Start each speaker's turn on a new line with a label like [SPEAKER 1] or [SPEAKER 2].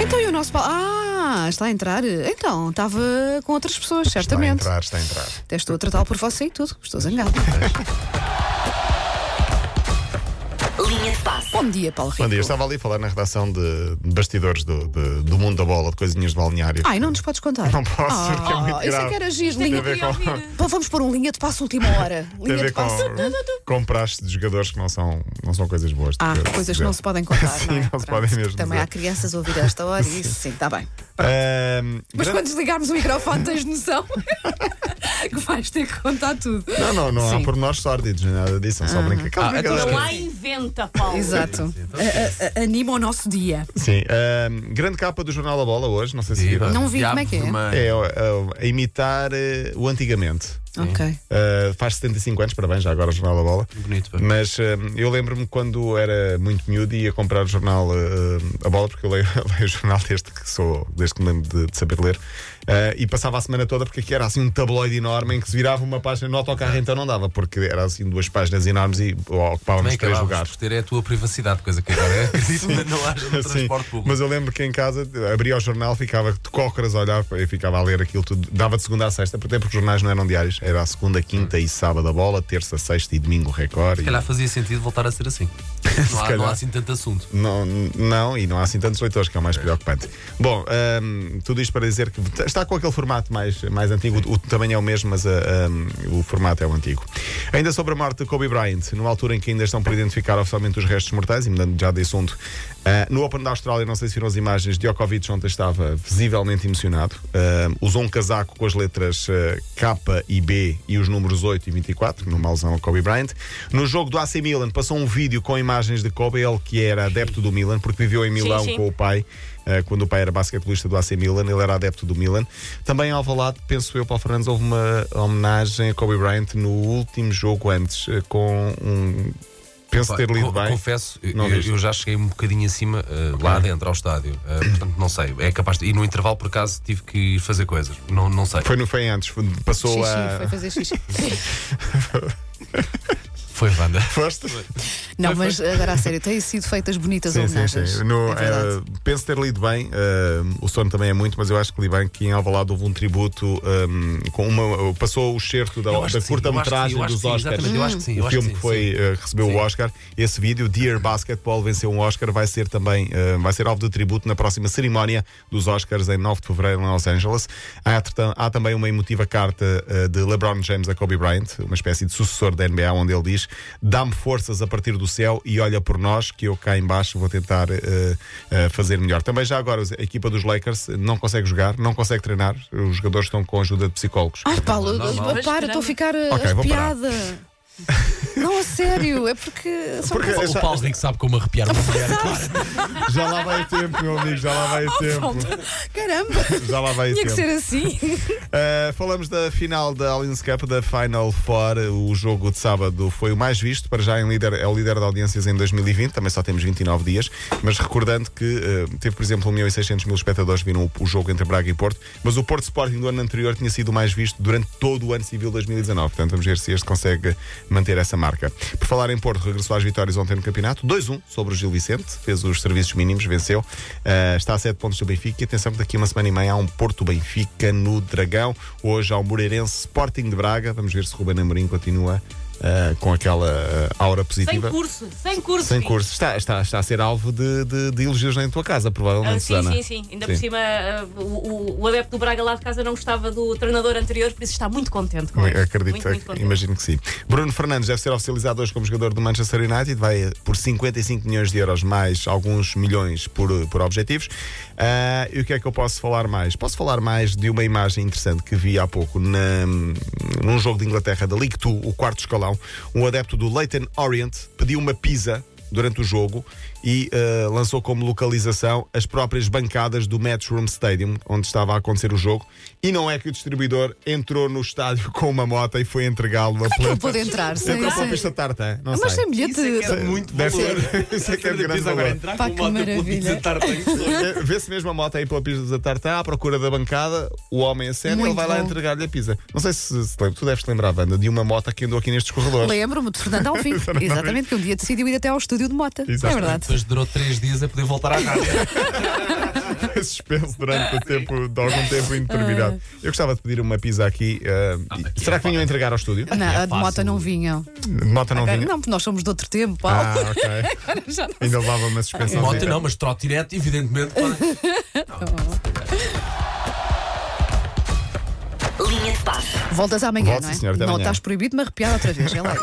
[SPEAKER 1] Então e o nosso Paulo? Ah, está a entrar? Então, estava com outras pessoas,
[SPEAKER 2] Está a
[SPEAKER 1] certamente.
[SPEAKER 2] entrar, está a entrar.
[SPEAKER 1] Até estou a tratá-lo por você e tudo, estou zangado.
[SPEAKER 3] Linha de passe.
[SPEAKER 1] Bom dia, Paulo Rico.
[SPEAKER 2] Bom dia, eu estava ali a falar na redação de, de bastidores do, de- do mundo da bola, de coisinhas de balneário.
[SPEAKER 1] Ai, não nos podes contar.
[SPEAKER 2] Não posso,
[SPEAKER 1] Ah,
[SPEAKER 2] porque é muito
[SPEAKER 1] Isso é
[SPEAKER 2] grave.
[SPEAKER 1] que era giro.
[SPEAKER 2] Tem
[SPEAKER 1] Linha...
[SPEAKER 2] a ver com,
[SPEAKER 1] Pá, Vamos pôr um linha de passo última hora.
[SPEAKER 2] tem a
[SPEAKER 1] Linha de
[SPEAKER 2] ver com
[SPEAKER 1] passo.
[SPEAKER 2] compraste de jogadores que não são, não são coisas boas.
[SPEAKER 1] Ah,
[SPEAKER 2] quer
[SPEAKER 1] coisas
[SPEAKER 2] dizer.
[SPEAKER 1] que não se podem contar.
[SPEAKER 2] Sim,
[SPEAKER 1] não, é?
[SPEAKER 2] não se
[SPEAKER 1] Pronto.
[SPEAKER 2] podem mesmo
[SPEAKER 1] Também
[SPEAKER 2] dizer.
[SPEAKER 1] há crianças a ouvir a esta hora e isso, sim, está bem.
[SPEAKER 2] Ahm,
[SPEAKER 1] Mas
[SPEAKER 2] grande-
[SPEAKER 1] quando desligarmos o microfone, tens noção que vais ter que contar tudo.
[SPEAKER 2] Não, não, não há
[SPEAKER 1] Sim.
[SPEAKER 2] pormenores sórdidos, nem nada disso, é só brinca. Aquela brincadeira.
[SPEAKER 3] Ah, então Não há inventa, Paulo.
[SPEAKER 1] Exato. A- a- a- anima o nosso dia.
[SPEAKER 2] Sim, ahm, grande capa do Jornal da Bola hoje, não sei se viram.
[SPEAKER 1] Não vi, como é que é?
[SPEAKER 2] É a, a imitar eh, o antigamente.
[SPEAKER 1] Ok.
[SPEAKER 2] Uh, faz 75 anos, parabéns, já agora o Jornal da Bola.
[SPEAKER 4] Bonito, pá.
[SPEAKER 2] Mas uh, eu lembro-me quando era muito miúdo e ia comprar o jornal uh, A Bola, porque eu leio, leio o jornal desde que sou, desde que me lembro de, de saber ler, Uh, e passava a semana toda porque aqui era assim um tabloide enorme em que se virava uma página no
[SPEAKER 4] É.
[SPEAKER 2] autocarro, então não dava, porque era assim duas páginas enormes e ocupávamos
[SPEAKER 4] Também
[SPEAKER 2] três
[SPEAKER 4] acabámos
[SPEAKER 2] lugares.
[SPEAKER 4] é por ter é a tua privacidade, coisa que agora é. Acredito que não haja no
[SPEAKER 2] Sim,
[SPEAKER 4] transporte público.
[SPEAKER 2] mas eu lembro que em casa abria o jornal, ficava de cócoras a olhar e ficava a ler aquilo tudo. Dava de segunda a sexta, até porque os jornais não eram diários. Era a segunda, quinta e sábado a bola, terça, sexta e domingo o recorde.
[SPEAKER 4] Se calhar fazia sentido voltar a ser assim. Não há,
[SPEAKER 2] calhar.
[SPEAKER 4] não há assim tanto assunto.
[SPEAKER 2] Não, não, e não há assim tantos leitores, que é o mais preocupante. Bom, hum, tudo isto para dizer que está com aquele formato mais, mais antigo, o, o tamanho é o mesmo, mas ah, hum, o formato é o antigo. Ainda sobre a morte de Kobe Bryant, numa altura em que ainda estão por identificar oficialmente os restos mortais, e mudando já de assunto, ah, no Open da Austrália, não sei se viram as imagens, Djokovic ontem estava visivelmente emocionado, ah, usou um casaco com as letras ah, K e B e os números 8 e 24, numa alusão ao Kobe Bryant. No jogo do AC Milan, passou um vídeo com imagens de Kobe, ele que era adepto do Milan, porque viveu em Milão
[SPEAKER 3] sim.
[SPEAKER 2] com o pai, eh, quando o pai era basquetebolista do AC Milan, ele era adepto do Milan. Também em Alvalade, penso eu, Paulo Fernandes, houve uma homenagem a Kobe Bryant no último jogo antes, eh, com um... Penso
[SPEAKER 4] Pá,
[SPEAKER 2] ter lido
[SPEAKER 4] co-
[SPEAKER 2] bem.
[SPEAKER 4] Confesso, eu,
[SPEAKER 2] Não
[SPEAKER 4] eu-
[SPEAKER 2] viste.
[SPEAKER 4] eu já cheguei um bocadinho acima eh, lá dentro ao estádio. Eh, portanto, não sei. É capaz de... E no intervalo, por acaso, tive que ir fazer coisas. Não, não sei.
[SPEAKER 2] Foi no foi antes, foi- passou
[SPEAKER 1] Xixi,
[SPEAKER 2] a.
[SPEAKER 1] foi fazer xixi.
[SPEAKER 4] Foi, Wanda.
[SPEAKER 2] Foste?
[SPEAKER 1] Não, mas agora a sério, têm sido feitas bonitas
[SPEAKER 2] Sim, sim,
[SPEAKER 1] homenagens.
[SPEAKER 2] sim. No,
[SPEAKER 1] é verdade.
[SPEAKER 2] eh, penso ter lido bem, eh, o sono também é muito, mas eu acho que li bem que em Alvalade houve um tributo eh, com uma. passou o certo da,
[SPEAKER 4] Eu acho
[SPEAKER 2] da
[SPEAKER 4] que sim,
[SPEAKER 2] curta-metragem
[SPEAKER 4] eu acho
[SPEAKER 2] dos
[SPEAKER 4] que sim, eu acho que sim,
[SPEAKER 2] Oscars.
[SPEAKER 4] exatamente, eu acho que sim, eu
[SPEAKER 2] o
[SPEAKER 4] acho
[SPEAKER 2] filme
[SPEAKER 4] que
[SPEAKER 2] que
[SPEAKER 4] sim,
[SPEAKER 2] foi,
[SPEAKER 4] sim.
[SPEAKER 2] eh, recebeu o
[SPEAKER 4] Sim.
[SPEAKER 2] Oscar. Esse vídeo, Dear Basketball, venceu um Oscar, vai ser também, eh, vai ser alvo de tributo na próxima cerimónia dos Oscars em 9 de Fevereiro em Los Angeles. Há, tra- há também uma emotiva carta eh, de LeBron James a Kobe Bryant, uma espécie de sucessor da NBA, onde ele diz: Dá-me forças a partir do céu e olha por nós, que eu cá em baixo vou tentar eh, eh, fazer melhor. Também já agora a equipa dos Lakers não consegue jogar, não consegue treinar, os jogadores estão com a ajuda de psicólogos.
[SPEAKER 1] Ai, Paulo,
[SPEAKER 4] Normal.
[SPEAKER 1] eu-
[SPEAKER 3] Mas
[SPEAKER 1] para,
[SPEAKER 3] caramba.
[SPEAKER 1] estou a ficar eh,
[SPEAKER 2] Ok, vou parar.
[SPEAKER 1] arrepiada. Não, a sério, é porque. são
[SPEAKER 2] Porque-
[SPEAKER 4] O Paulo Rico sabe como arrepiar uma mulher.
[SPEAKER 2] Já lá vai tempo, meu amigo, já lá vai é tempo.
[SPEAKER 1] Caramba,
[SPEAKER 2] Já lá vai
[SPEAKER 1] tinha que
[SPEAKER 2] tempo.
[SPEAKER 1] ser assim.
[SPEAKER 2] Uh, falamos da final da Allianz Cup, da Final Four. O jogo de sábado foi o mais visto, para já em líder, é o líder de audiências em 2020, também só temos 29 dias. Mas recordando que uh, teve, por exemplo, 1 milhão e 600 mil espectadores que viram o, o jogo entre Braga e Porto, mas o Porto Sporting do ano anterior tinha sido o mais visto durante todo o ano civil 2019. Portanto, vamos ver se este consegue manter essa marca. Por falar em Porto, regressou às vitórias ontem no campeonato, 2-1 sobre o Gil Vicente, fez os serviços mínimos, venceu. Uh, está a 7 pontos do Benfica e atenção que daqui a uma semana e meia há um Porto Benfica no Dragão. Hoje há o Moreirense Sporting de Braga. Vamos ver se Ruben Amorim continua uh, com aquela uh, aura
[SPEAKER 3] Sem
[SPEAKER 2] positiva.
[SPEAKER 3] curso, sem curso.
[SPEAKER 2] Sem
[SPEAKER 3] filho.
[SPEAKER 2] curso. Está, está, está a ser alvo de, de, de elogios em tua casa, provavelmente,
[SPEAKER 3] Ah, sim,
[SPEAKER 2] Susana.
[SPEAKER 3] sim, sim. Ainda por
[SPEAKER 2] Sim.
[SPEAKER 3] cima, ah, o, o- o adepto do Braga lá de casa não gostava do treinador anterior, por isso está muito contente com
[SPEAKER 2] Eu
[SPEAKER 3] isso.
[SPEAKER 2] Acredito,
[SPEAKER 3] muito, muito contente.
[SPEAKER 2] imagino que sim. Bruno Fernandes deve ser oficializado hoje como jogador do Manchester United, vai por 55 milhões de euros, mais alguns milhões por, por objetivos. Ah, e o que é que eu posso falar mais? Posso falar mais de uma imagem interessante que vi há pouco na- num jogo de Inglaterra da League Two, o quarto escalão. Um adepto do Leighton Orient pediu uma pizza durante o jogo e eh, lançou como localização as próprias bancadas do Matchroom Stadium, onde estava a acontecer o jogo. E não é que o distribuidor entrou no estádio com uma moto e foi entregá-lo a
[SPEAKER 1] Ele pôde entrar, sem.
[SPEAKER 2] Entrou pela
[SPEAKER 1] sem-
[SPEAKER 2] pista tarta, não
[SPEAKER 1] Mas
[SPEAKER 2] sei.
[SPEAKER 1] sem bilhete.
[SPEAKER 4] muito
[SPEAKER 2] Deve ser, isso é que é de grande valor.
[SPEAKER 1] Pá, que maravilha.
[SPEAKER 2] Eh, Vê-se mesmo a moto aí pela pista da tarta à procura da bancada, o homem acende e ele
[SPEAKER 1] Muito
[SPEAKER 2] vai lá
[SPEAKER 1] bom.
[SPEAKER 2] entregar-lhe a pizza. Não sei se, se te lembra, tu deves te lembrar, Wanda, de uma moto que andou aqui nestes corredores.
[SPEAKER 1] Lembro-me de Fernando Alvim, exatamente, que um dia decidiu ir até ao estúdio de Mota. É
[SPEAKER 2] Exatamente.
[SPEAKER 1] verdade.
[SPEAKER 4] Depois durou três dias a poder voltar à rádio.
[SPEAKER 2] foi suspenso durante o tempo, algum
[SPEAKER 1] Ah.
[SPEAKER 2] tempo indeterminado. Eu gostava de pedir uma pizza aqui. eh, e-
[SPEAKER 4] aqui
[SPEAKER 2] será
[SPEAKER 4] é
[SPEAKER 2] que vinham
[SPEAKER 4] fácil.
[SPEAKER 2] entregar ao estúdio?
[SPEAKER 1] Não,
[SPEAKER 4] é
[SPEAKER 1] a de moto
[SPEAKER 4] fácil.
[SPEAKER 1] não vinham.
[SPEAKER 2] De moto não vinha?
[SPEAKER 1] Não, porque nós somos de outro tempo, Paulo.
[SPEAKER 2] Ah, ok.
[SPEAKER 1] Já não-
[SPEAKER 2] Ainda levava uma suspensão.
[SPEAKER 4] Moto não, mas trote direto, evidentemente. pá.
[SPEAKER 5] Linha de passe.
[SPEAKER 1] Voltas amanhã,
[SPEAKER 2] Volto,
[SPEAKER 1] não é?
[SPEAKER 2] sim, senhora, até
[SPEAKER 1] não
[SPEAKER 2] amanhã.
[SPEAKER 1] estás proibido de me arrepiar outra vez. É lá isso.